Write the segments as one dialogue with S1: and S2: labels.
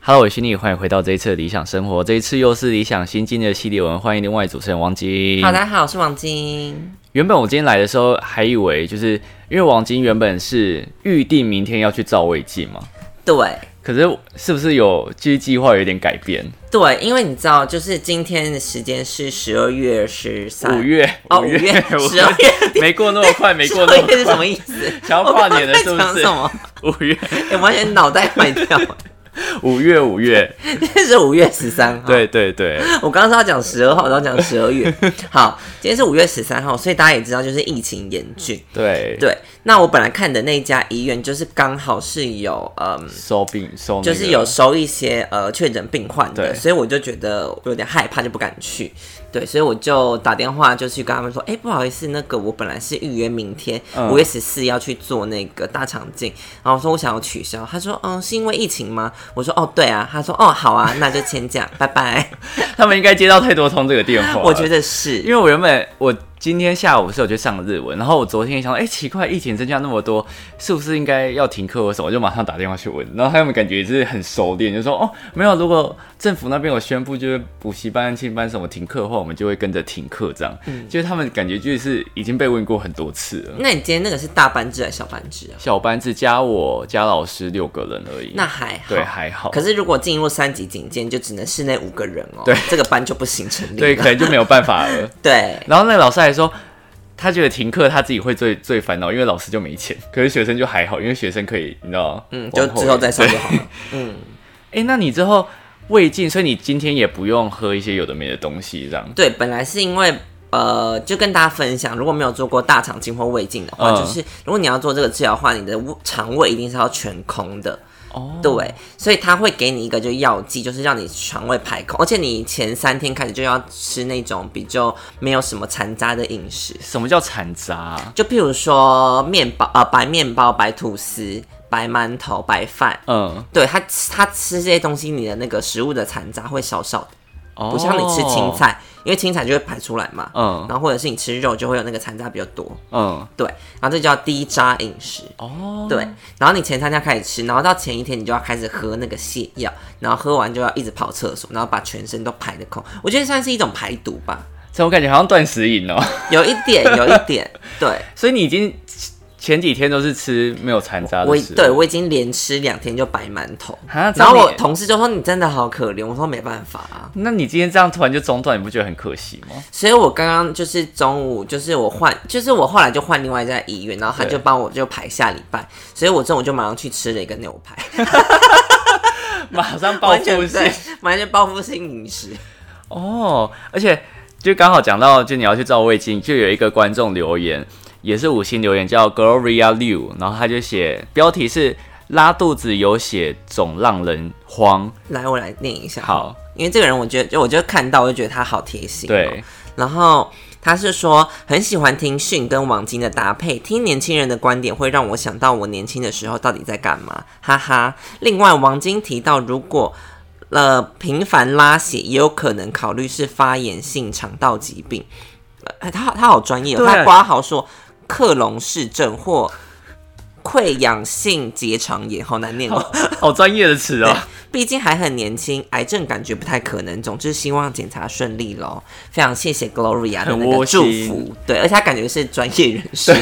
S1: Hello，我是心理，欢迎回到这一次的理想生活。这一次又是理想新进的系列，我们欢迎另外主持人王晶。
S2: 好，大家好，我是王晶。
S1: 原本我今天来的时候还以为，就是因为王晶原本是预定明天要去照胃镜嘛，
S2: 对
S1: 可是是不是有就是计划有点改变？
S2: 对，因为你知道，就是今天的时间是十二月十三，
S1: 五月，
S2: 哦，
S1: 五
S2: 五
S1: 月
S2: 月，
S1: 五
S2: 十二月，
S1: 没过那么快，没过
S2: 12
S1: 那么
S2: 月是什么
S1: 快。
S2: 意思？
S1: 想 要跨年了是不
S2: 我刚刚
S1: 是
S2: 在讲什么？
S1: 五月，
S2: 哎，完全脑袋坏 掉。
S1: 五月，五月，
S2: 这是五月十三号，
S1: 对对对，
S2: 我刚刚是要讲十二号，然后讲十 二月。好，今天是五月十三号，所以大家也知道，就是疫情严峻。
S1: 对，
S2: 对，那我本来看的那一家医院，就是刚好是有嗯。
S1: 收病收、那个
S2: 就是有收一些呃确诊病患的，
S1: 对
S2: 所以我就觉得有点害怕，就不敢去。对，所以我就打电话就去跟他们说，哎、不好意思，那个我本来是预约明天
S1: 嗯
S2: 五月十四要去做那个大肠镜，然后我说我想要取消，他说嗯是因为疫情吗？我说哦对啊，他说哦好啊，那就先这样，拜拜。
S1: 他们应该接到太多通这个电话了，
S2: 我觉得是
S1: 因为我原本我今天下午是有去上日文，然后我昨天也想说，哎、奇怪，疫情增加那么多，是不是应该要停课或什么？我就马上打电话去问，然后他们感觉也是很熟练，就说哦，没有，如果政府那边有宣布就是补习班、安亲班什么停课的话，我们就会跟着停课这样。
S2: 嗯
S1: 就是他们感觉就是已经被问过很多次了。
S2: 那你今天那个是大班制还是小班制啊？
S1: 小班只加我加老师六个人而已，
S2: 那还好，
S1: 对还好，
S2: 可是如果进入三级警戒，就只能室内五个人哦。
S1: 对，
S2: 这个班就不行成立了。
S1: 对可能就没有办法了。
S2: 对，
S1: 然后那个老师还说，他觉得停课他自己会最最烦恼，因为老师就没钱。 可是学生就还好，因为学生可以，你知道，
S2: 嗯，就
S1: 往
S2: 之后
S1: 延
S2: 再上就
S1: 对
S2: 好了。
S1: 哎、那你之后胃镜，所以你今天也不用喝一些有的没的东西，这样。
S2: 对，本来是因为呃，就跟大家分享，如果没有做过大肠镜或胃镜的话，
S1: 嗯
S2: 就是如果你要做这个治疗的话，你的胃肠胃一定是要全空的。
S1: 哦，
S2: 对，所以他会给你一个就药剂，就是让你肠胃排空，而且你前三天开始就要吃那种比较没有什么残渣的饮食，
S1: 什么叫残渣啊？
S2: 就譬如说面包呃白面包、白吐司、白馒头、白饭，
S1: 嗯，
S2: 对他吃他吃这些东西，你的那个食物的残渣会少少的。
S1: 哦
S2: 不像你吃青，菜，因为青菜就会排出来嘛，
S1: 嗯
S2: 然后或者是你吃肉就会有那个残渣比较多，
S1: 嗯，
S2: 对，然后这叫低渣饮食，
S1: 哦，
S2: 对，然后你前三天开始吃，然后到前一天你就要开始喝那个泻药，然后喝完就要一直跑厕所，然后把全身都排的空，我觉得算是一种排毒吧，
S1: 这我感觉好像断食饮哦。
S2: 有一点，有一点，对。
S1: 所以你已经前几天都是吃没有残渣
S2: 我
S1: 的
S2: 已
S1: 食物，
S2: 对我已经连吃两天就白馒头，
S1: 啊这
S2: 然
S1: 样
S2: 后我
S1: 你
S2: 同事就说你真的好可怜，我说没办法啊，
S1: 那你今天这样突然就中断，你不觉得很可惜吗？
S2: 所以我刚刚就是中午，就是我换，就是我后来就换另外一家医院，然后他
S1: 对
S2: 就帮我就排下礼拜，所以我中午就马上去吃了一个牛排，
S1: 马上报
S2: 完全
S1: 复性
S2: 对， 完全报复性饮食。
S1: 哦，而且就刚好讲到，就你要去照胃镜，就有一个观众留言，也是五星留言，叫 Gloria Liu，然后他就写标题是“拉肚子有血总让人慌
S2: 来，我来念一下。”。
S1: 好，
S2: 因为这个人，我觉得就我就看到，我就觉得他好贴心、哦
S1: 对，，
S2: 然后他是说很喜欢听讯跟王晶的搭配，听年轻人的观点会让我想到我年轻的时候到底在干嘛，哈哈。另外，王晶提到如果呃频繁拉血，也有可能考虑是发炎性肠道疾病。呃、他好他好专业、哦，
S1: 对
S2: 他挂号说克隆氏症或溃疡性结肠炎，好难念哦。
S1: 好专业的词哦。
S2: 毕竟还很年轻，癌症感觉不太可能。总之，希望检查顺利喽。非常谢谢 Gloria 的
S1: 很
S2: 那
S1: 窝
S2: 个祝
S1: 心
S2: 福，对，而且他感觉是专业人士，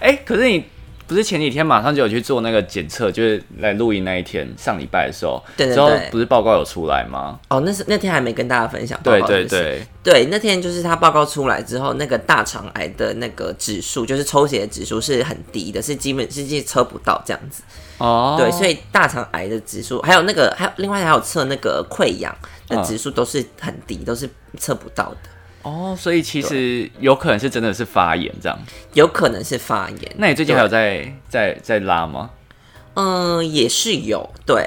S1: 哎、可是你不是前几天马上就有去做那个检测，就是来录音那一天，上礼拜的时候，
S2: 对对
S1: 之后
S2: 对
S1: 不是报告有出来吗？
S2: 哦，那是那天还没跟大家分享报
S1: 对
S2: 告
S1: 对
S2: 是不是
S1: 对，
S2: 对，那天就是他报告出来之后，那个大肠癌的那个指数，就是抽血的指数是很低的，是基本是是测不到这样子。
S1: 哦，
S2: 对，所以大肠癌的指数，还有那个还有另外还有测那个溃疡的
S1: 嗯
S2: 指数都是很低，都是测不到的，
S1: 哦，所以其实有可能是真的是发炎这样。
S2: 有可能是发炎。
S1: 那你最近还有在在在拉吗？
S2: 嗯，也是有对，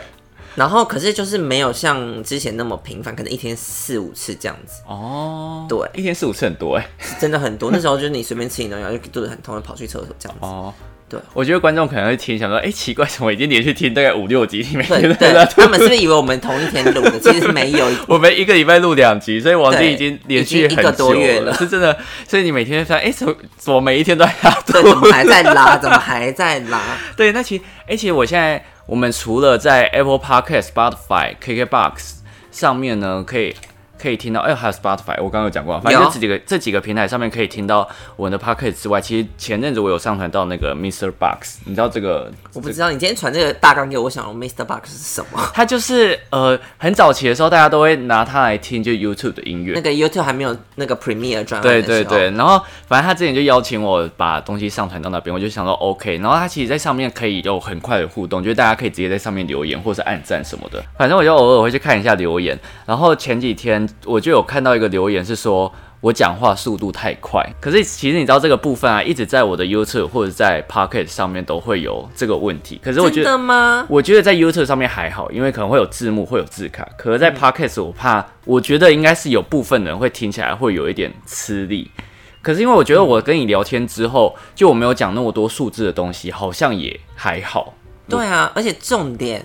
S2: 然后可是就是没有像之前那么频繁，可能一天四五次这样子，
S1: 哦，
S2: 对
S1: 一天四五次很多哎。
S2: 是真的很多。那时候就是你随便吃点东西，然后就肚子很痛，就跑去厕所这样 子。
S1: 哦，
S2: 对，
S1: 我觉得观众可能会听，想说，哎、奇怪，怎么已经连续听大概五六集，每天
S2: 对
S1: 都
S2: 对
S1: 在拉，
S2: 他们是不是以为我们同一天录 的？其实没有，
S1: 我们一个礼拜录两集，所以王晶
S2: 对
S1: 已经连续
S2: 已经一
S1: 很
S2: 个
S1: 久
S2: 多月了
S1: 是真的。所以你每天发现，哎、怎么怎么每一天都在拉
S2: 对，怎么
S1: 肚？
S2: 还在拉？怎么还在拉？
S1: 对，那其实，哎、其实我现在我们除了在 Apple Podcast、Spotify、KKBox 上面呢，可以可以听到，哎、还有 Spotify，我刚刚有讲过，啊反正
S2: 有
S1: 这几个这几个平台上面可以听到我们的 Podcast 之外，其实前阵子我有上传到那个 Mr. Box，你知道这个？
S2: 我不知道你今天传这个大纲给我，我想说 Mr. Box 是什 么？
S1: 它就是呃，很早期的时候，大家都会拿它来听，就 YouTube 的音乐
S2: 那。个 YouTube 还没有那个 Premiere 专案
S1: 对
S2: 的时候
S1: 对对，，然后反正他之前就邀请我把东西上传到那边，我就想说 OK，然后他其实在上面可以有很快的互动，就是大家可以直接在上面留言或是按赞什么的，反正我就偶尔会去看一下留言。然后前几天我就有看到一个留言是说。我讲话速度太快，可是其实你知道这个部分啊，一直在我的 YouTube 或者在 Pocket 上面都会有这个问题。可是我觉
S2: 真
S1: 得
S2: 的吗？
S1: 我觉得在 YouTube 上面还好，因为可能会有字幕，会有字卡。可是，在
S2: 嗯
S1: Podcast 我怕，我觉得应该是有部分人会听起来会有一点吃力。可是因为我觉得
S2: 嗯
S1: 我跟你聊天之后，就我没有讲那么多数字的东西，好像也还好。
S2: 对啊，而且重点，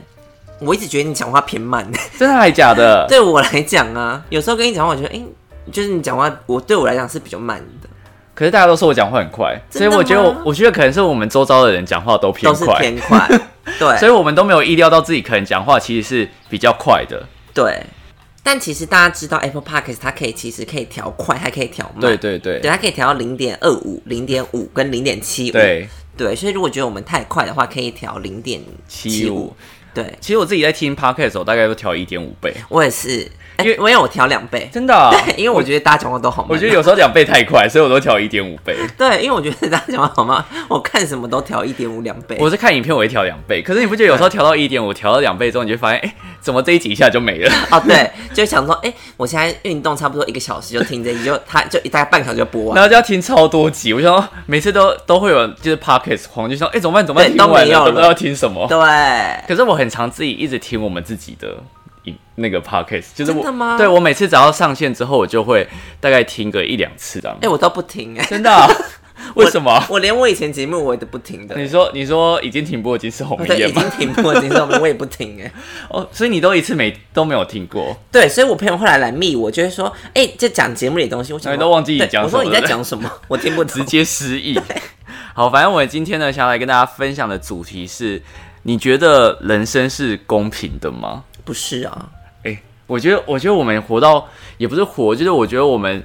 S2: 我一直觉得你讲话偏慢。
S1: 真的还假的？
S2: 对我来讲啊，有时候跟你讲话，我觉得，哎、就是你讲话，我对我来讲是比较慢的，
S1: 可是大家都说我讲话很快，所以
S2: 真的
S1: 我觉得我
S2: 吗
S1: 我觉得可能是我们周遭的人讲话都偏
S2: 都是
S1: 快，
S2: 偏快。
S1: 所
S2: 对
S1: 以我们都没有意料到自己可能讲话其实是比较快的。
S2: 对，但其实大家知道 Apple Podcast 它可以其实可以调快，还可以调慢。
S1: 对对对
S2: 嗯对，它可以调到零点二五、零点五跟零点七五。
S1: 对，
S2: 对，所以如果觉得我们太快的话，可以调零点
S1: 七五。。
S2: 对，
S1: 其实我自己在听 Podcast 的时候，大概都调一点五倍，
S2: 我也是，哎
S1: 因为
S2: 因为我调两倍，
S1: 真的 啊、
S2: 因为我觉得大家讲话都好慢。
S1: 我觉得有时候两倍太快，所以我都调一点五倍。
S2: 对，因为我觉得大家讲话好慢，我看什么都调一点五两倍。
S1: 我是看影片，我会调两倍，可是你不觉得有时候调到一点五，调到两倍之后，你就发现，哎、怎么这一集一下就没了？
S2: 哦，对，就想说，哎、我现在运动差不多一个小时就听这一集，就他就大概半个小时就播完，
S1: 然后就要听超多集。我想说每次都都会有就是 podcast 狂，就想，哎、怎么办？怎么办？
S2: 对
S1: 听完
S2: 都没有
S1: 了，
S2: 了
S1: 都不知道听什么。
S2: 对，哎
S1: 可是我很常自己一直听我们自己的影那个 podcast，就是我
S2: 真的吗
S1: 对我每次只要上线之后，我就会大概听个一两次这样
S2: 哎、。我都不听、哎，
S1: 真的啊、为什么？
S2: 我连我以前节目我也都不听的，
S1: 啊你说你说已经停播已经是红
S2: 对，
S1: 叶
S2: 已
S1: 吗？
S2: 经停播，已经是我们我也不听、哎，
S1: 哦，所以你都一次没都没有听过。
S2: 对，所以我朋友后来来密我，就会说，哎、这讲节目里的东西，我想
S1: 那哎
S2: 说
S1: 你都忘记你
S2: 对
S1: 讲
S2: 我
S1: 什么
S2: 说你在
S1: 了
S2: 讲什么，我听不懂
S1: 直，接失忆。 好，反正我今天呢，想要来跟大家分享的主题是：你觉得人生是公平的吗？
S2: 不是啊，
S1: 哎、我觉得，我觉得我们活到也不是活，就是我觉得我们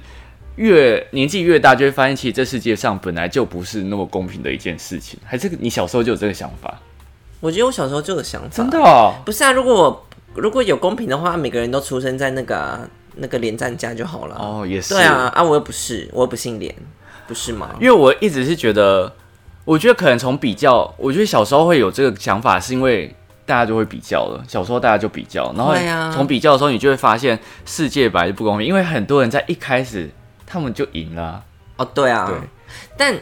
S1: 越年纪越大，就会发现，其实这世界上本来就不是那么公平的一件事情。还是你小时候就有这个想法？
S2: 我觉得我小时候就有想法，
S1: 真的、哦？
S2: 不是啊，如果我如果有公平的话，每个人都出生在那个啊、那个连战家就好了，
S1: 哦，也是。
S2: 对啊，啊，我又不是，我又不姓连，不是吗？
S1: 因为我一直是觉得，我觉得可能从比较，我觉得小时候会有这个想法，是因为大家就会比较了。小时候大家就比较，然后
S2: 会啊
S1: 从比较的时候，你就会发现世界本来就不公平，因为很多人在一开始他们就赢了啊、
S2: 哦，对啊，
S1: 对
S2: 但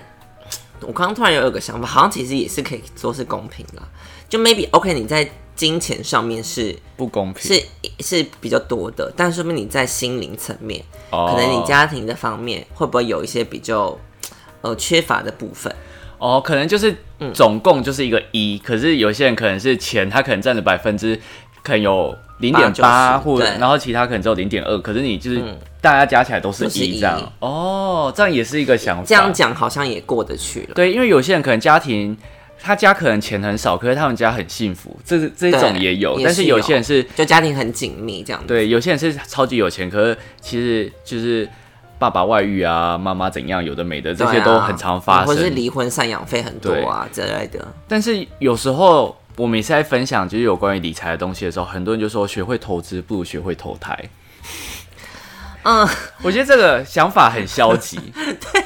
S2: 我刚刚突然有一个想法，好像其实也是可以说是公平啦，就 maybe OK，你在金钱上面是
S1: 不公平。
S2: 是是比较多的，但说明你在心灵层面，
S1: 哦
S2: 可能你家庭的方面会不会有一些比较呃缺乏的部分？
S1: 哦，可能就是
S2: 嗯
S1: 总共就是一个一、可是有些人可能是钱，他可能占了百分之，可能有零点八
S2: 90
S1: 或
S2: 对嗯
S1: 然后其他可能只有零点二，可是你就是、大家加起来都是
S2: 都是
S1: 一这样
S2: 一。
S1: 哦，这样也是一个想法。
S2: 这样讲好像也过得去了。
S1: 对，因为有些人可能家庭他家可能钱很少，可是他们家很幸福，这是这种
S2: 对
S1: 也有。
S2: 也
S1: 但是
S2: 是
S1: 有
S2: 有
S1: 些人是
S2: 就家庭很紧密这样子，
S1: 对，有些人是超级有钱，可是其实就是爸爸外遇啊，妈妈怎样，有的没的，这
S2: 对
S1: 些
S2: 啊
S1: 都很常发
S2: 或是
S1: 生。
S2: 离婚赡养费很多啊之 类的。
S1: 但是有时候我们也是在分享就是有关于理财的东西的时候，很多人就说学会投资不如学会投胎。
S2: 嗯，
S1: 我觉得这个想法很消 极。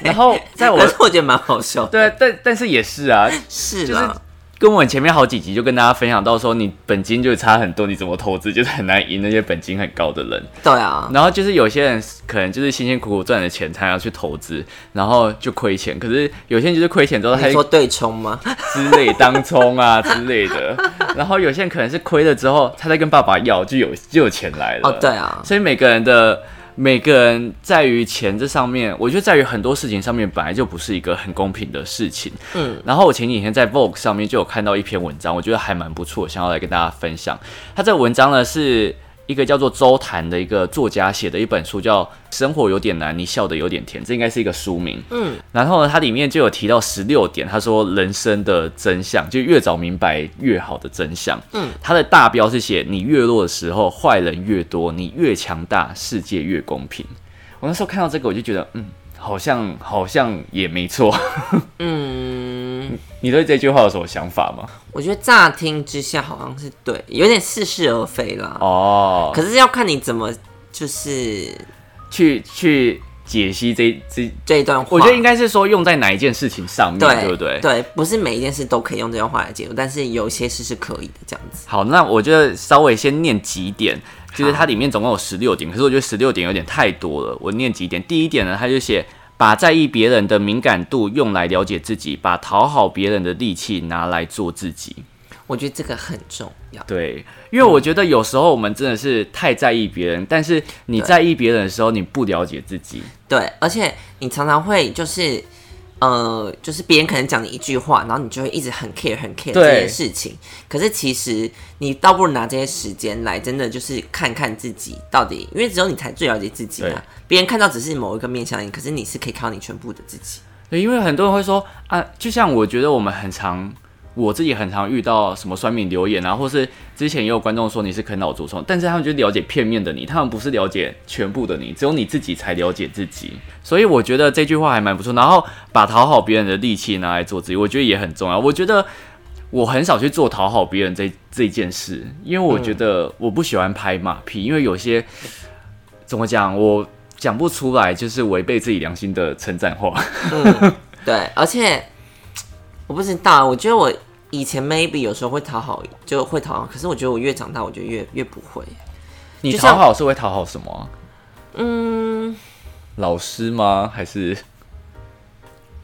S1: 然后在我
S2: 可是我觉得蛮好笑的，
S1: 对，但但是也是啊，
S2: 是
S1: 就是
S2: 啦，
S1: 跟我们前面好几集就跟大家分享到说，你本金就差很多，你怎么投资就是很难赢那些本金很高的 人。
S2: 对啊，
S1: 然后就是有些人可能就是辛辛苦苦赚的钱，他要去投资，然后就亏钱。可是有些人就是亏钱之后，他
S2: 你
S1: 就
S2: 说对冲吗？
S1: 之类当冲啊之类的。然后有些人可能是亏了之后，他再跟爸爸要，就有就有钱来了。
S2: 哦，对。啊，
S1: 所以每个人的每个人在于钱这上面，我觉得在于很多事情上面本来就不是一个很公平的事情。
S2: 嗯，
S1: 然后我前几天在 Vogue 上面就有看到一篇文章，我觉得还蛮不错，想要来跟大家分享。它这个文章呢是一个叫做周谈的一个作家写的一本书，叫《生活有点难，你笑得有点甜》，这应该是一个书名。
S2: 嗯，
S1: 然后呢，它里面就有提到十六点，他说人生的真相，就越早明白越好的真相。
S2: 嗯，
S1: 它的大标是写你越弱的时候，坏人越多；你越强大，世界越公平。我那时候看到这个，我就觉得，嗯，好像好像也没错。
S2: 嗯，
S1: 你对这句话有什么想法吗？
S2: 我觉得乍听之下好像是对，有点似是而非啦。
S1: 哦，
S2: 可是要看你怎么就是
S1: 去去解析这这，
S2: 这一段话，
S1: 我觉得应该是说用在哪一件事情上面，
S2: 对
S1: 对不对？
S2: 对，不是每一件事都可以用这段话来解读，但是有些事是可以的这样子。
S1: 好，那我觉得稍微先念几点，就是它里面总共有十六点，可是我觉得十六点有点太多了，我念几点。第一点呢，它就写把在意别人的敏感度用来了解自己，把讨好别人的力气拿来做自己。
S2: 我觉得这个很重要。
S1: 对，因为我觉得有时候我们真的是太在意别人，但是你在意别人的时候，你不了解自己。
S2: 对，而且你常常会就是，呃，就是别人可能讲你一句话，然后你就会一直很 care 很 care
S1: 对
S2: 这件事情。可是其实你倒不如拿这些时间来，真的就是看看自己到底，因为只有你才最了解自己
S1: 对
S2: 啊。别人看到只是某一个面向你，可是你是可以看到你全部的自己。
S1: 对，因为很多人会说啊，就像我觉得我们很常，我自己很常遇到什么酸民留言啊，或是之前也有观众说你是啃老族虫，但是他们就了解片面的你，他们不是了解全部的你，只有你自己才了解自己。所以我觉得这句话还蛮不错，然后把讨好别人的力气拿来做自己，我觉得也很重要。我觉得。我很少去做讨好别人这这件事，因为我觉得我不喜欢拍马屁，因为有些怎么讲，我讲不出来，就是违背自己良心的称赞话。
S2: 对，而且我不知道，我觉得我以前 maybe 有时候会讨好，就会讨好，可是我觉得我越长大，我就越越不会。
S1: 你
S2: 就
S1: 讨
S2: 像
S1: 好是会讨好什么啊、
S2: 嗯，
S1: 老师吗？还是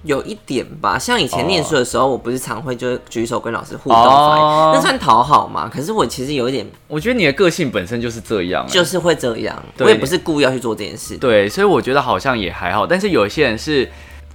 S2: 有一点吧，像以前念书的时候，我不是常会就举手跟老师互动发言
S1: 哦
S2: 那算讨好吗？可是我其实有一点
S1: 我觉得你的个性本身就是这样、欸，
S2: 就是会这样，
S1: 对
S2: 我也不是故意要去做这件事。
S1: 对，所以我觉得好像也还好。但是有一些人是，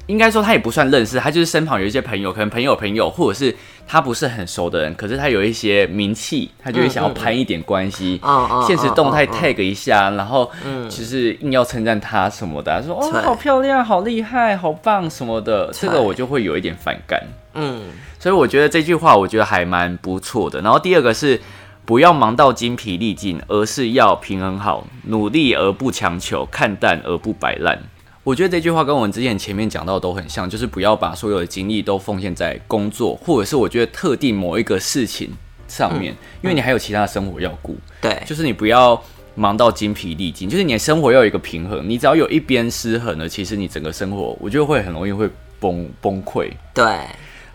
S1: 应该说他也不算认识，他就是身旁有一些朋友，可能朋友朋友，或者是他不是很熟的人，可是他有一些名气，他就会想要攀一点关系。
S2: 嗯嗯，
S1: 现实动态
S2: 嗯嗯嗯
S1: tag 一下，然后就是硬要称赞他什么的啊、说哦
S2: 对
S1: 好漂亮、好厉害、好棒什么的，这个
S2: 对
S1: 我就会有一点反感。
S2: 嗯，
S1: 所以我觉得这句话我觉得还蛮不错的。然后第二个是不要忙到精疲力尽，而是要平衡好，努力而不强求，看淡而不摆烂。我觉得这句话跟我们之前前面讲到的都很像，就是不要把所有的精力都奉献在工作，或者是我觉得特定某一个事情上面，因为你还有其他的生活要顾。
S2: 对，
S1: 就是你不要忙到精疲力尽，就是你的生活要有一个平衡。你只要有一边失衡了，其实你整个生活，我觉得会很容易会崩崩溃。
S2: 对，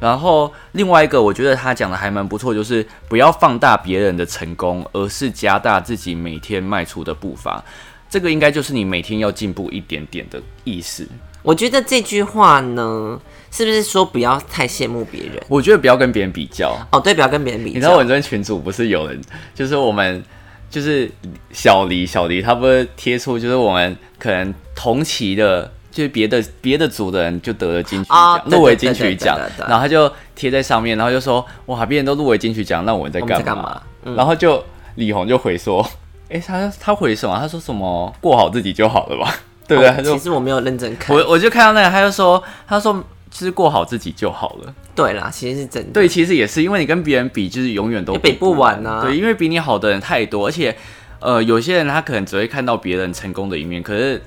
S1: 然后另外一个，我觉得他讲的还蛮不错，就是不要放大别人的成功，而是加大自己每天迈出的步伐。这个应该就是你每天要进步一点点的意思。
S2: 我觉得这句话呢，是不是说不要太羡慕别人？
S1: 我觉得不要跟别人比较。
S2: 哦，对，不要跟别人比
S1: 你知道
S2: 较
S1: 我。们群主不是有人，就是我们就是小黎小黎，他不是贴出就是我们可能同期的，就是别的别的组的人就得了金曲
S2: 啊
S1: 奖，
S2: 对
S1: 入围
S2: 对对
S1: 金曲
S2: 对对
S1: 奖
S2: 对，对
S1: 然后他就贴在上面，然后就说哇，别人都入围金曲奖，那我们在
S2: 我们
S1: 干
S2: 在
S1: 嘛？
S2: 干嘛？嗯，
S1: 然后就李红就回说， 诶，他他回什么？他说什么过好自己就好了吧， 对不对？
S2: 哦
S1: 他
S2: 其
S1: 就
S2: 实我没有认真看。
S1: 我我就看到那个，他就说他说就是过好自己就好了。
S2: 对啦，其实是真的。
S1: 对，其实也是因为你跟别人比，就是永远都
S2: 也比不完啊
S1: 对，因为比你好的人太多，而且呃，有些人他可能只会看到别人成功的一面，可是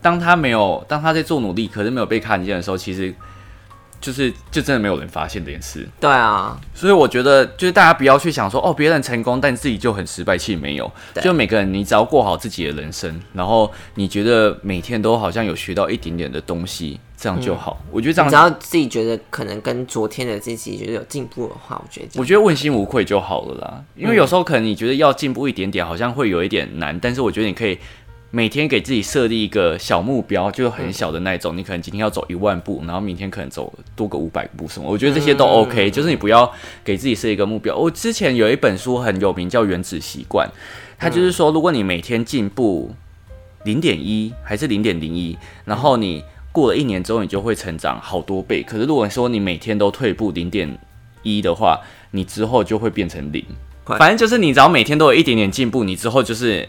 S1: 当他没有当他在做努力，可是没有被看见的时候，其实就是就真的没有人发现这件事。
S2: 对啊，
S1: 所以我觉得，就是大家不要去想说哦，别人成功，但自己就很失败，其实没有。
S2: 对
S1: 就每个人，你只要过好自己的人生，然后你觉得每天都好像有学到一点点的东西，这样就好。我觉得这
S2: 嗯你只
S1: 样，
S2: 要自己觉得可能跟昨天的自己觉得有进步的话，我觉得这样
S1: 我觉得问心无愧就好了啦。因为有时候可能你觉得要进步一点点，好像会有一点难，但是我觉得你可以每天给自己设立一个小目标，就是很小的那一种。你可能今天要走一万步，然后明天可能走多个五百步什么。我觉得这些都 OK，、就是你不要给自己设一个目标。我之前有一本书很有名，叫《原子习惯》，它就是说，如果你每天进步零点一还是零点零一，然后你过了一年之后，你就会成长好多倍。可是如果说你每天都退步零点一的话，你之后就会变成零。
S2: 快。
S1: 反正就是你只要每天都有一点点进步，你之后就是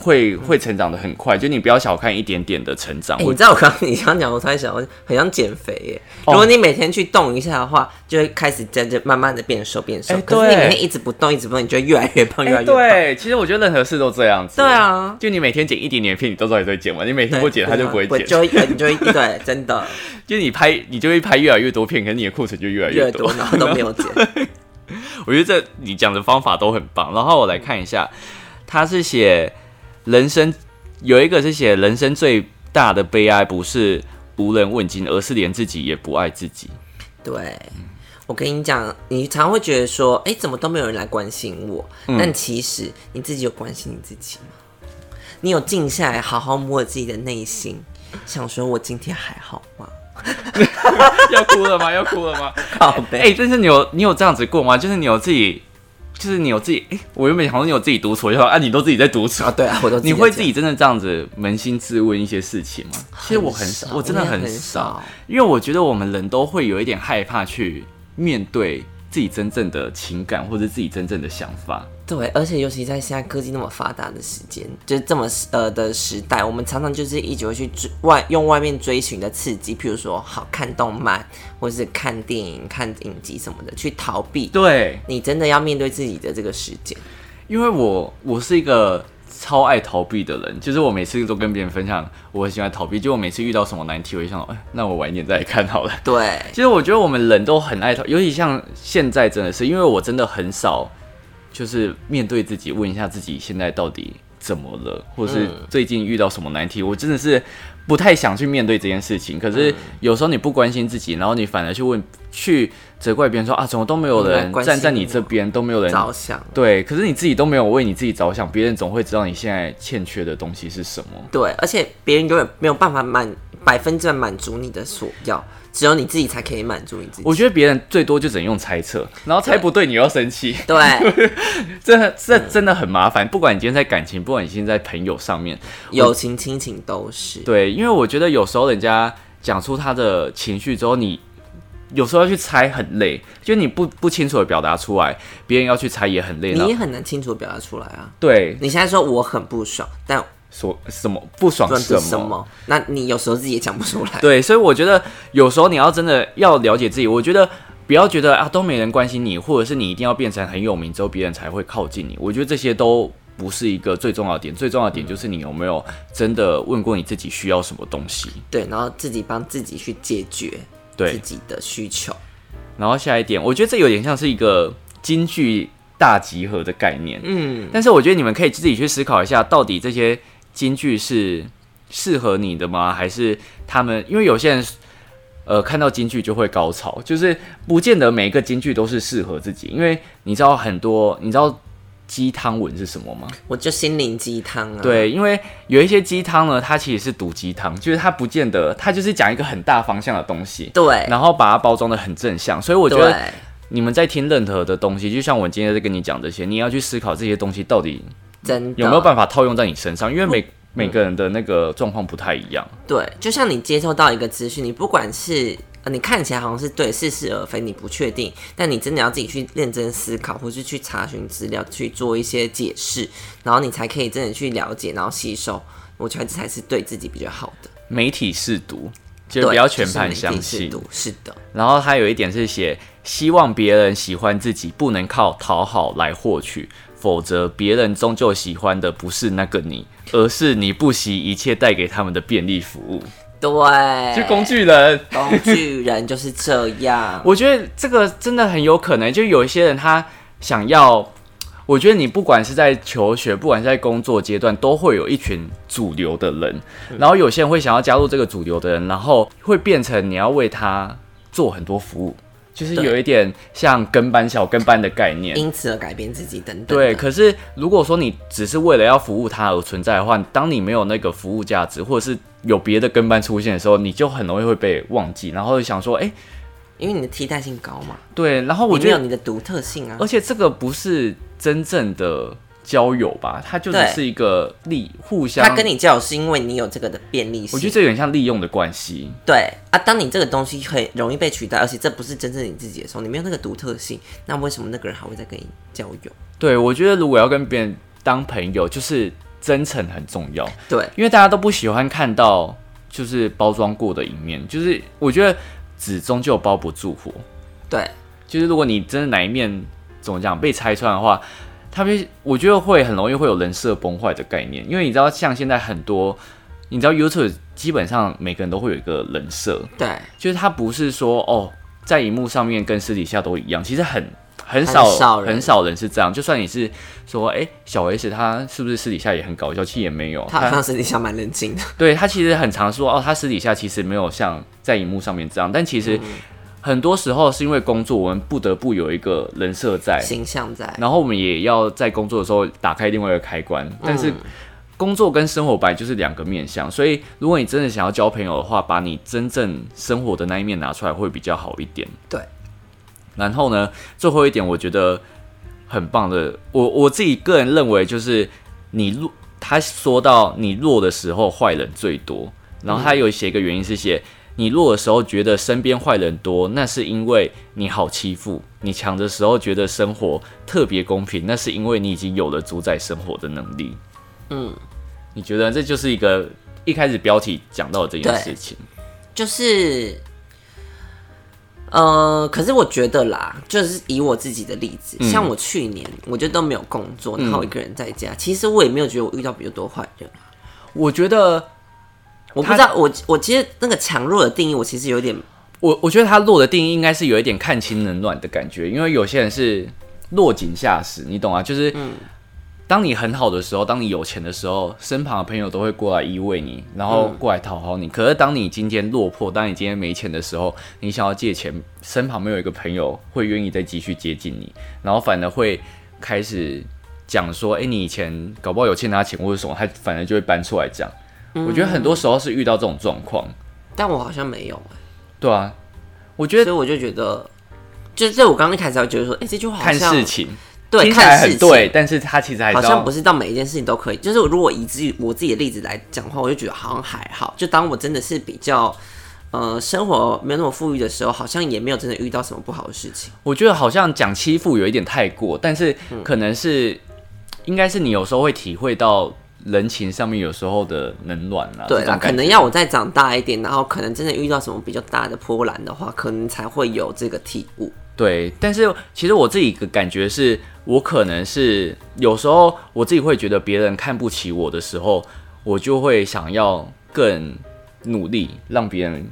S1: 会会成长的很快。就你不要小看一点点的成长。
S2: 嗯哎、
S1: 我
S2: 你知道我刚 刚你刚讲，我突然想，我很想减肥耶。
S1: 哦
S2: 如果你每天去动一下的话，就会开始渐渐慢慢的变瘦变瘦。
S1: 哎
S2: 可是你
S1: 对
S2: 每天一直不动，一直不动，你就会越来越胖，越来
S1: 哎
S2: 越胖。
S1: 对，其实我觉得任何事都这样子。
S2: 对，啊，
S1: 就你每天剪一点点片，你到时候也都会剪完；你每天
S2: 对
S1: 不剪，它就不会
S2: 对啊
S1: 剪。
S2: 就会你就会对，真的
S1: 就你拍，你就会拍越来越多片，可是你的库存 就越来
S2: 越来越
S1: 多
S2: 多，。然后都 没有减。
S1: 我觉得这你讲的方法都很棒。然后我来看一下，他是写人生有一个是写人生最大的悲哀不是无人问津，而是连自己也不爱自己。
S2: 对，我跟你讲，你常会觉得说，哎、怎么都没有人来关心我？
S1: 嗯
S2: 但其实你自己有关心你自己吗？你有静下来，好好摸自己的内心，想说我今天还好吗？
S1: 要哭了吗？要 哭了吗？
S2: 好
S1: 哎、但是你有你有这样子过吗？就是你有自己，就是你有自己，哎、我原本想说你有自己独处，就说啊，你都自己在独处
S2: 啊，，对啊，我都
S1: 你会自
S2: 己
S1: 己真的这样子扪心自问一些事情吗？其实我很少，我真的
S2: 也
S1: 很
S2: 很
S1: 少
S2: 少，
S1: 因为我觉得我们人都会有一点害怕去面对自己真正的情感或者自己真正的想法。
S2: 这样对，而且尤其在现在科技那么发达的时间，就是这么呃的时代，我们常常就是一直会去追外用外面追寻的刺激，譬如说好看动漫，或是看电影、看影集什么的，去逃避。
S1: 对，
S2: 你真的要面对自己的这个时间，
S1: 因为我我是一个超爱逃避的人，就是我每次都跟别人分享我很喜欢逃避，就我每次遇到什么难题，我就想，哎，那我晚一点再来看好了。
S2: 对，
S1: 其实我觉得我们人都很爱逃，尤其像现在真的是，因为我真的很少就是面对自己，问一下自己现在到底怎么了，或者是最近遇到什么难题，
S2: 嗯
S1: 我真的是不太想去面对这件事情。可是有时候你不关心自己，然后你反而去问、去责怪别人说啊，怎么都没有
S2: 没有
S1: 人
S2: 人关心
S1: 站在你这边，都没有人
S2: 着想，
S1: 对，可是你自己都没有为你自己着想，别人总会知道你现在欠缺的东西是什么。
S2: 对，而且别人永远没有办法满百分之百满足你的所要，只有你自己才可以满足你自己。
S1: 我觉得别人最多就只能用猜测，然后猜不对你又要生气。
S2: 对，
S1: 这这
S2: 嗯
S1: 真的很麻烦，不管你今天在感情，不管你今天在朋友上面，
S2: 友情、亲情都是。
S1: 对，因为我觉得有时候人家讲出他的情绪之后，你有时候要去猜很累，就你不不清楚的表达出来，别人要去猜也很累。然
S2: 你
S1: 后
S2: 也很难清楚地表达出来啊！
S1: 对，
S2: 你现在说我很不爽，但
S1: 说什么不爽
S2: 不论
S1: 什
S2: 是
S1: 么
S2: 什么，那你有时候自己也讲不出来。
S1: 对，所以我觉得有时候你要真的要了解自己，我觉得。不要觉得啊都没人关心你，或者是你一定要变成很有名之后别人才会靠近你。我觉得这些都不是一个最重要的点，最重要的点就是你有没有真的问过你自己需要什么东西。
S2: 对，然后自己帮自己去解决
S1: 对
S2: 自己的需求。
S1: 然后下一点，我觉得这有点像是一个京剧大集合的概念，
S2: 嗯，
S1: 但是我觉得你们可以自己去思考一下，到底这些京剧是适合你的吗？还是他们因为有些人。呃，看到京剧就会高潮，就是不见得每一个京剧都是适合自己，因为你知道很多，你知道鸡汤文是什么吗？
S2: 我就心灵鸡汤啊。，
S1: 对，因为有一些鸡汤呢，它其实是毒鸡汤，就是它不见得，它就是讲一个很大方向的东西，
S2: 对，
S1: 然后把它包装的很正向，所以我觉得
S2: 对，
S1: 你们在听任何的东西，就像我今天在跟你讲这些，你要去思考这些东西到底
S2: 真的嗯
S1: 有没有办法套用在你身上，因为每每个人的那个状况不太一样。
S2: 对，就像你接收到一个资讯，你不管是呃你看起来好像是对，似是而非，你不确定，但你真的要自己去认真思考，或是去查询资料，去做一些解释，然后你才可以真的去了解，然后吸收。我觉得这才是对自己比较好的，
S1: 媒体试读，就
S2: 对，
S1: 是不要全盘
S2: 就是
S1: 相
S2: 媒体试
S1: 信。
S2: 读是的，
S1: 然后还有一点是写希望别人喜欢自己，不能靠讨好来获取，否则别人终究喜欢的不是那个你，而是你不惜一切带给他们的便利服务。
S2: 对，
S1: 就工具人。
S2: 工具人就是这样，
S1: 我觉得这个真的很有可能，就有一些人他想要，我觉得你不管是在求学，不管是在工作阶段，都会有一群主流的人，然后有些人会想要加入这个主流的人，然后会变成你要为他做很多服务，就是
S2: 对
S1: 有一点像跟班小跟班的概念。
S2: 因此而改变自己等等的。
S1: 对，可是如果说你只是为了要服务他而存在的话，当你没有那个服务价值，或者是有别的跟班出现的时候，你就很容易会被忘记，然后想说，哎、
S2: 因为你的替代性高嘛，
S1: 对，然后我
S2: 你
S1: 觉
S2: 没
S1: 得
S2: 有你的独特性啊
S1: 而。且这个不是真正的交友吧，它就只
S2: 对
S1: 是一个利互相。
S2: 他跟你交友是因为你有这个的便利性，
S1: 我觉得这有点像利用的关系。
S2: 对啊，当你这个东西很容易被取代，而且这不是真正你自己的时候，你没有那个独特性，那为什么那个人还会再跟你交友？
S1: 对，我觉得如果要跟别人当朋友，就是真诚很重要，
S2: 对，
S1: 因为大家都不喜欢看到就是包装过的一面，就是我觉得纸终究包不住火，
S2: 对，
S1: 就是如果你真的哪一面怎么讲被拆穿的话，他们我觉得会很容易会有人设崩坏的概念，因为你知道像现在很多，你知道 YouTube 基本上每个人都会有一个人设，
S2: 对，
S1: 就是他不是说哦在荧幕上面跟私底下都一样，其实很。很少
S2: 很少人
S1: 人是这样，就算你是说，哎、小 S 他是不是私底下也很搞笑？其实也没有，
S2: 他好像私底下蛮冷静的，
S1: 对他其实很常说哦，他私底下其实没有像在荧幕上面这样，但其实很多时候是因为工作，我们不得不有一个人设在，
S2: 形象在，
S1: 然后我们也要在工作的时候打开另外一个开关。但是工作跟生活本来就是两个面向，所以如果你真的想要交朋友的话，把你真正生活的那一面拿出来会比较好一点。
S2: 对。
S1: 然后呢，最后一点我觉得很棒的，我我自己个人认为就是你弱，他说到你弱的时候坏人最多，然后他有写一个原因是写。你弱的时候觉得身边坏人多，那是因为你好欺负；你强的时候觉得生活特别公平，那是因为你已经有了主宰生活的能力。
S2: 嗯，
S1: 你觉得这就是一个一开始标题讲到的这件
S2: 对
S1: 事情？
S2: 就是，呃，可是我觉得啦，就是以我自己的例子，
S1: 嗯
S2: 像我去年我就都没有工作，然后我一个人在家，其实我也没有觉得我遇到比较多坏人。
S1: 我觉得，
S2: 我不
S1: 他
S2: 知道，我我其实那个强弱的定义，我其实有点
S1: 我我觉得他弱的定义应该是有一点看清冷暖的感觉，因为有些人是落井下石，你懂啊？就是，当你很好的时候，当你有钱的时候，身旁的朋友都会过来依偎你，然后过来讨好你。可是当你今天落魄，当你今天没钱的时候，你想要借钱，身旁没有一个朋友会愿意再继续接近你，然后反而会开始讲说：“哎、你以前搞不好有欠他钱或者什么。”他反而就会搬出来讲。我觉得很多时候是遇到这种状况，
S2: 但我好像没有、
S1: 对啊。我觉得
S2: 所以我就觉得，就是这我刚刚一开始还觉得说，哎、这句话好
S1: 看
S2: 像
S1: 事情，
S2: 对
S1: 听起来
S2: 看事
S1: 很
S2: 情，
S1: 对，但是他其实还
S2: 好
S1: 是要
S2: 像不是到每一件事情都可以。就是如果以自己我自己的例子来讲的话，我就觉得好像还好。就当我真的是比较呃生活没有那么富裕的时候，好像也没有真的遇到什么不好的事情。
S1: 我觉得好像讲欺负有一点太过，但是可能是、
S2: 嗯
S1: 应该是你有时候会体会到人情上面有时候的冷暖啦、
S2: 对
S1: 啊这种
S2: 啦，
S1: 感觉
S2: 可能要我再长大一点，然后可能真的遇到什么比较大的波澜的话，可能才会有这个体悟。
S1: 对，但是其实我自己的感觉是，我可能是有时候我自己会觉得别人看不起我的时候，我就会想要更努力，让别人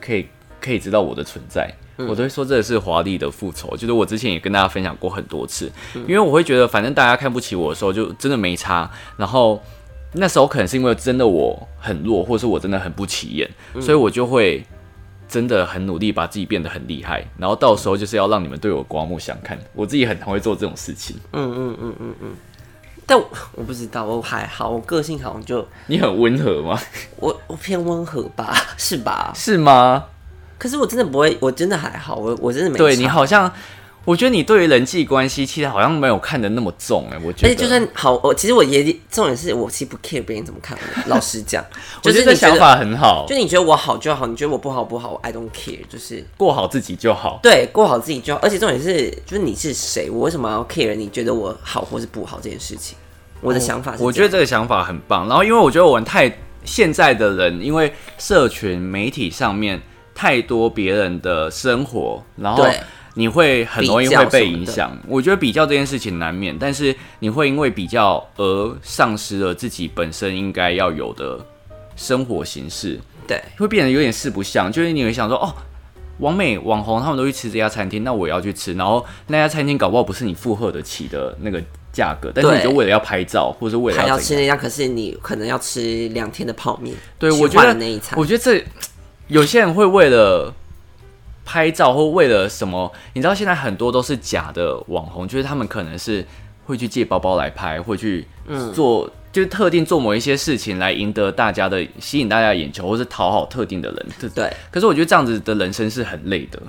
S1: 可以可以知道我的存在。我都会说这是华丽的复仇，就是我之前也跟大家分享过很多次，因为我会觉得反正大家看不起我的时候，就真的没差。然后那时候可能是因为真的我很弱，或是我真的很不起眼，所以我就会真的很努力把自己变得很厉害，然后到时候就是要让你们对我刮目相看。我自己很常会做这种事情，
S2: 但我我不知道，我还好，我个性好像就
S1: 你很温和吗？
S2: 我我偏温和吧，是 吧？
S1: 是吗？
S2: 可是我真的不会，我真的还好，我我真的没
S1: 对
S2: 差
S1: 你，好像，我觉得你对于人际关系其实好像没有看得那么重哎、我觉
S2: 而
S1: 得
S2: 且就算好，我其实我也重点是我其实不 care 别人怎么 看我，老实讲，
S1: 我
S2: 就
S1: 觉
S2: 是
S1: 得
S2: 你
S1: 这
S2: 觉
S1: 想
S2: 得，
S1: 法很好，
S2: 就你觉得我好就好，你觉得我不好不好，I don't care，就是
S1: 过好自己就好。
S2: 对过好自己就好。而且重点是，就是你是谁，我为什么要 care 你觉得我好或是不好这件事情？我的想法是这
S1: 哦
S2: 样、
S1: 我觉得这个想法很棒。然后，因为我觉得我们太现在的人，因为社群媒体上面太多别人的生活，然后
S2: 对
S1: 你会很容易
S2: 比
S1: 会
S2: 较
S1: 被
S2: 什么
S1: 影
S2: 的
S1: 响。我觉得比较这件事情难免，但是你会因为比较而丧失了自己本身应该要有的生活形式，
S2: 对
S1: 会变得有点四不像。就是你会想说，哦。王美网红他们都去吃这家餐厅，那我也要去吃。然后那家餐厅搞不好不是你负荷得起的那个价格，但是你
S2: 对
S1: 就为了要拍照，或者是为了
S2: 还
S1: 要
S2: 要
S1: 怎样
S2: 吃那样，可是你可能要吃两天的泡面，
S1: 对，
S2: 去
S1: 我觉
S2: 换
S1: 得
S2: 了那一餐
S1: 我，觉得这有些人会为了拍照或为了什么，你知道现在很多都是假的网红，就是他们可能是会去借包包来拍，
S2: 嗯
S1: 会去做。就是特定做某一些事情来赢得大家的吸引大家的眼球，或是讨好特定的人。这
S2: 对。
S1: 可是我觉得这样子的人生是很累的。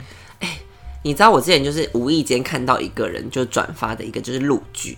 S2: 你知道我之前就是无意间看到一个人就转发的一个就是陆剧，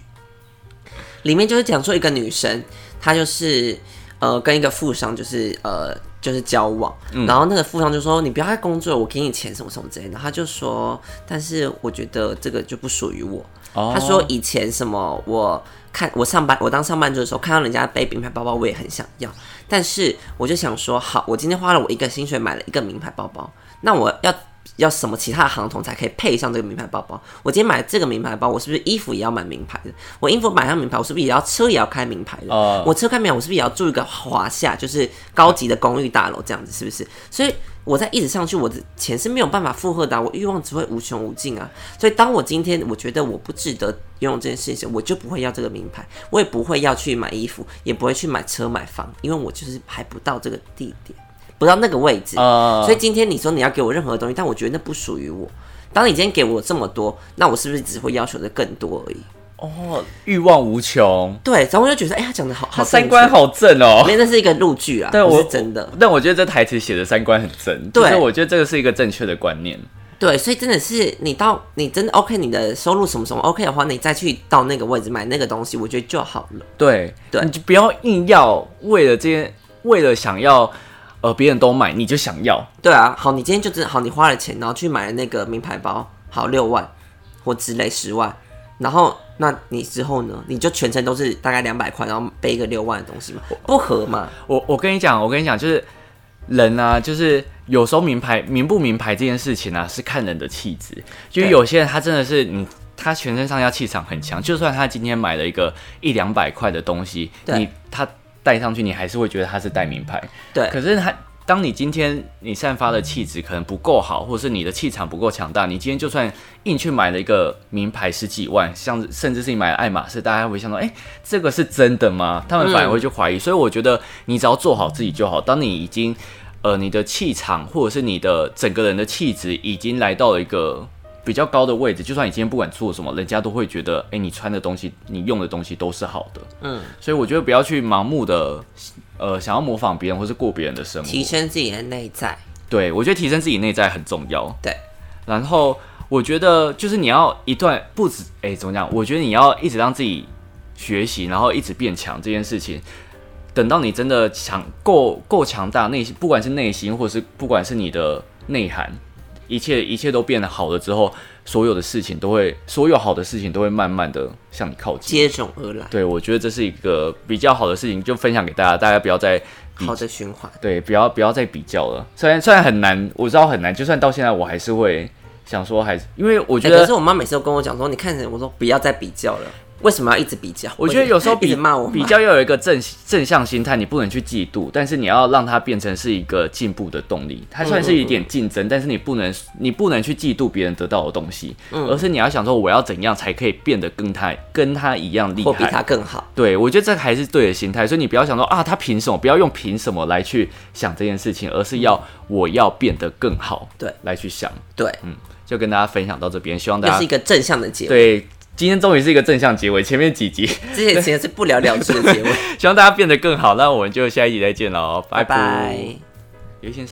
S2: 里面就是讲说一个女生，她就是呃跟一个富商就是呃就是交往，然后那个富商就说你不要再工作了，我给你钱什么什么之类的，然后她就说，但是我觉得这个就不属于我。
S1: 哦
S2: 她说以前什么我。看我上班，我当上班族的时候，看到人家背名牌包包，我也很想要。但是我就想说，好，我今天花了我一个薪水买了一个名牌包包，那我要要什么其他的行头才可以配上这个名牌包包？我今天买这个名牌包，我是不是衣服也要买名牌的？我衣服买上名牌，我是不是也要车也要开名牌的？
S1: 哦
S2: 我车开名牌，我是不是也要住一个华夏，就是高级的公寓大楼这样子？是不是？所以我在一直上去，我的钱是没有办法负荷的啊、我欲望只会无穷无尽啊。所以当我今天我觉得我不值得拥有这件事情，我就不会要这个名牌，我也不会要去买衣服，也不会去买车买房，因为我就是还不到这个地点，不到那个位置。
S1: 呃，
S2: 所以今天你说你要给我任何东西，但我觉得那不属于我。当你今天给我这么多，那我是不是只会要求的更多而已？
S1: 哦，欲望无穷，
S2: 对，然后我就觉得，哎、他讲的好
S1: 他
S2: 好正确，
S1: 三观好正哦
S2: 没，。因为那是一个录剧啊，
S1: 对
S2: 不
S1: 我
S2: 是真的。
S1: 但我觉得这台词写的三观很正，
S2: 对
S1: 就是我觉得这个是一个正确的观念。
S2: 对，所以真的是你到你真的 OK，你的收入什么什么 OK 的话，你再去到那个位置买那个东西，我觉得就好了。
S1: 对，
S2: 对
S1: 你就不要硬要为了这些，为了想要，呃，别人都买你就想要，
S2: 对啊，好，你今天就真的好，你花了钱，然后去买了那个名牌包，好六万或之类十万，然后那你之后呢，你就全程都是大概两百块，然后背一个六万的东西嘛，不合嘛？
S1: 我我跟你讲，我跟你讲，就是人啊，就是有时候名牌名不名牌这件事情啊，是看人的气质。就是
S2: 对
S1: 有些人他真的是你，他全身上下气场很强，就算他今天买了一个一两百块的东西，
S2: 对
S1: 你他戴上去，你还是会觉得他是戴名牌。
S2: 对
S1: 可是他。当你今天你散发的气质可能不够好，或者是你的气场不够强大，你今天就算硬去买了一个名牌十几万，像甚至是你买了爱马仕，大家会想说，哎、这个是真的吗？他们反而会去怀疑。哎所以我觉得你只要做好自己就好。当你已经呃你的气场或者是你的整个人的气质已经来到了一个比较高的位置，就算你今天不管做什么，人家都会觉得，哎、你穿的东西、你用的东西都是好的。
S2: 嗯，
S1: 所以我觉得不要去盲目的。呃，想要模仿别人或是过别人的生活，
S2: 提升自己的内在，
S1: 对，我觉得提升自己内在很重要。
S2: 对，
S1: 然后我觉得就是你要一段不止，哎，怎么讲？我觉得你要一直让自己学习，然后一直变强这件事情。等到你真的强够够强大，内心不管是内心，或者是不管是你的内涵，一切一切都变得好了之后，所有的事情都会，所有好的事情都会慢慢的向你靠近。
S2: 接踵而来，
S1: 对，我觉得这是一个比较好的事情，就分享给大家，大家不要再
S2: 好的循环。
S1: 对，不要不要再比较了。虽然虽然很难，我知道很难，就算到现在我还是会想说还，是因为我觉
S2: 欸
S1: 得、
S2: 可是我妈每次都跟我讲说，你看着我说不要再比较了，为什么要一直比较？
S1: 我觉得有时候
S2: 一
S1: 比
S2: 直骂我妈
S1: 比较要有一个正正向心态，你不能去嫉妒，但是你要让它变成是一个进步的动力。它虽
S2: 嗯
S1: 然是一点竞争，但是你不能你不能去嫉妒别人得到的东西，
S2: 嗯
S1: 而是你要想说我要怎样才可以变得跟他跟他一样厉
S2: 或比
S1: 害。
S2: 她更好。
S1: 对，我觉得这还是对的心态，所以你不要想说啊，他凭什么？不要用凭什么来去想这件事情，而是要我要变得更好，
S2: 嗯对
S1: 来去想。
S2: 对，
S1: 就跟大家分享到这边，希望
S2: 又
S1: 大
S2: 是一
S1: 家
S2: 个正向的结
S1: 啊
S2: 尾。
S1: 对今天终于是一个正向结尾，前面几集
S2: 之前其实是不了了之的结尾。
S1: 希望大家变得更好，那我们就下一集再见喽，
S2: 拜
S1: 拜
S2: 拜。
S1: 有一些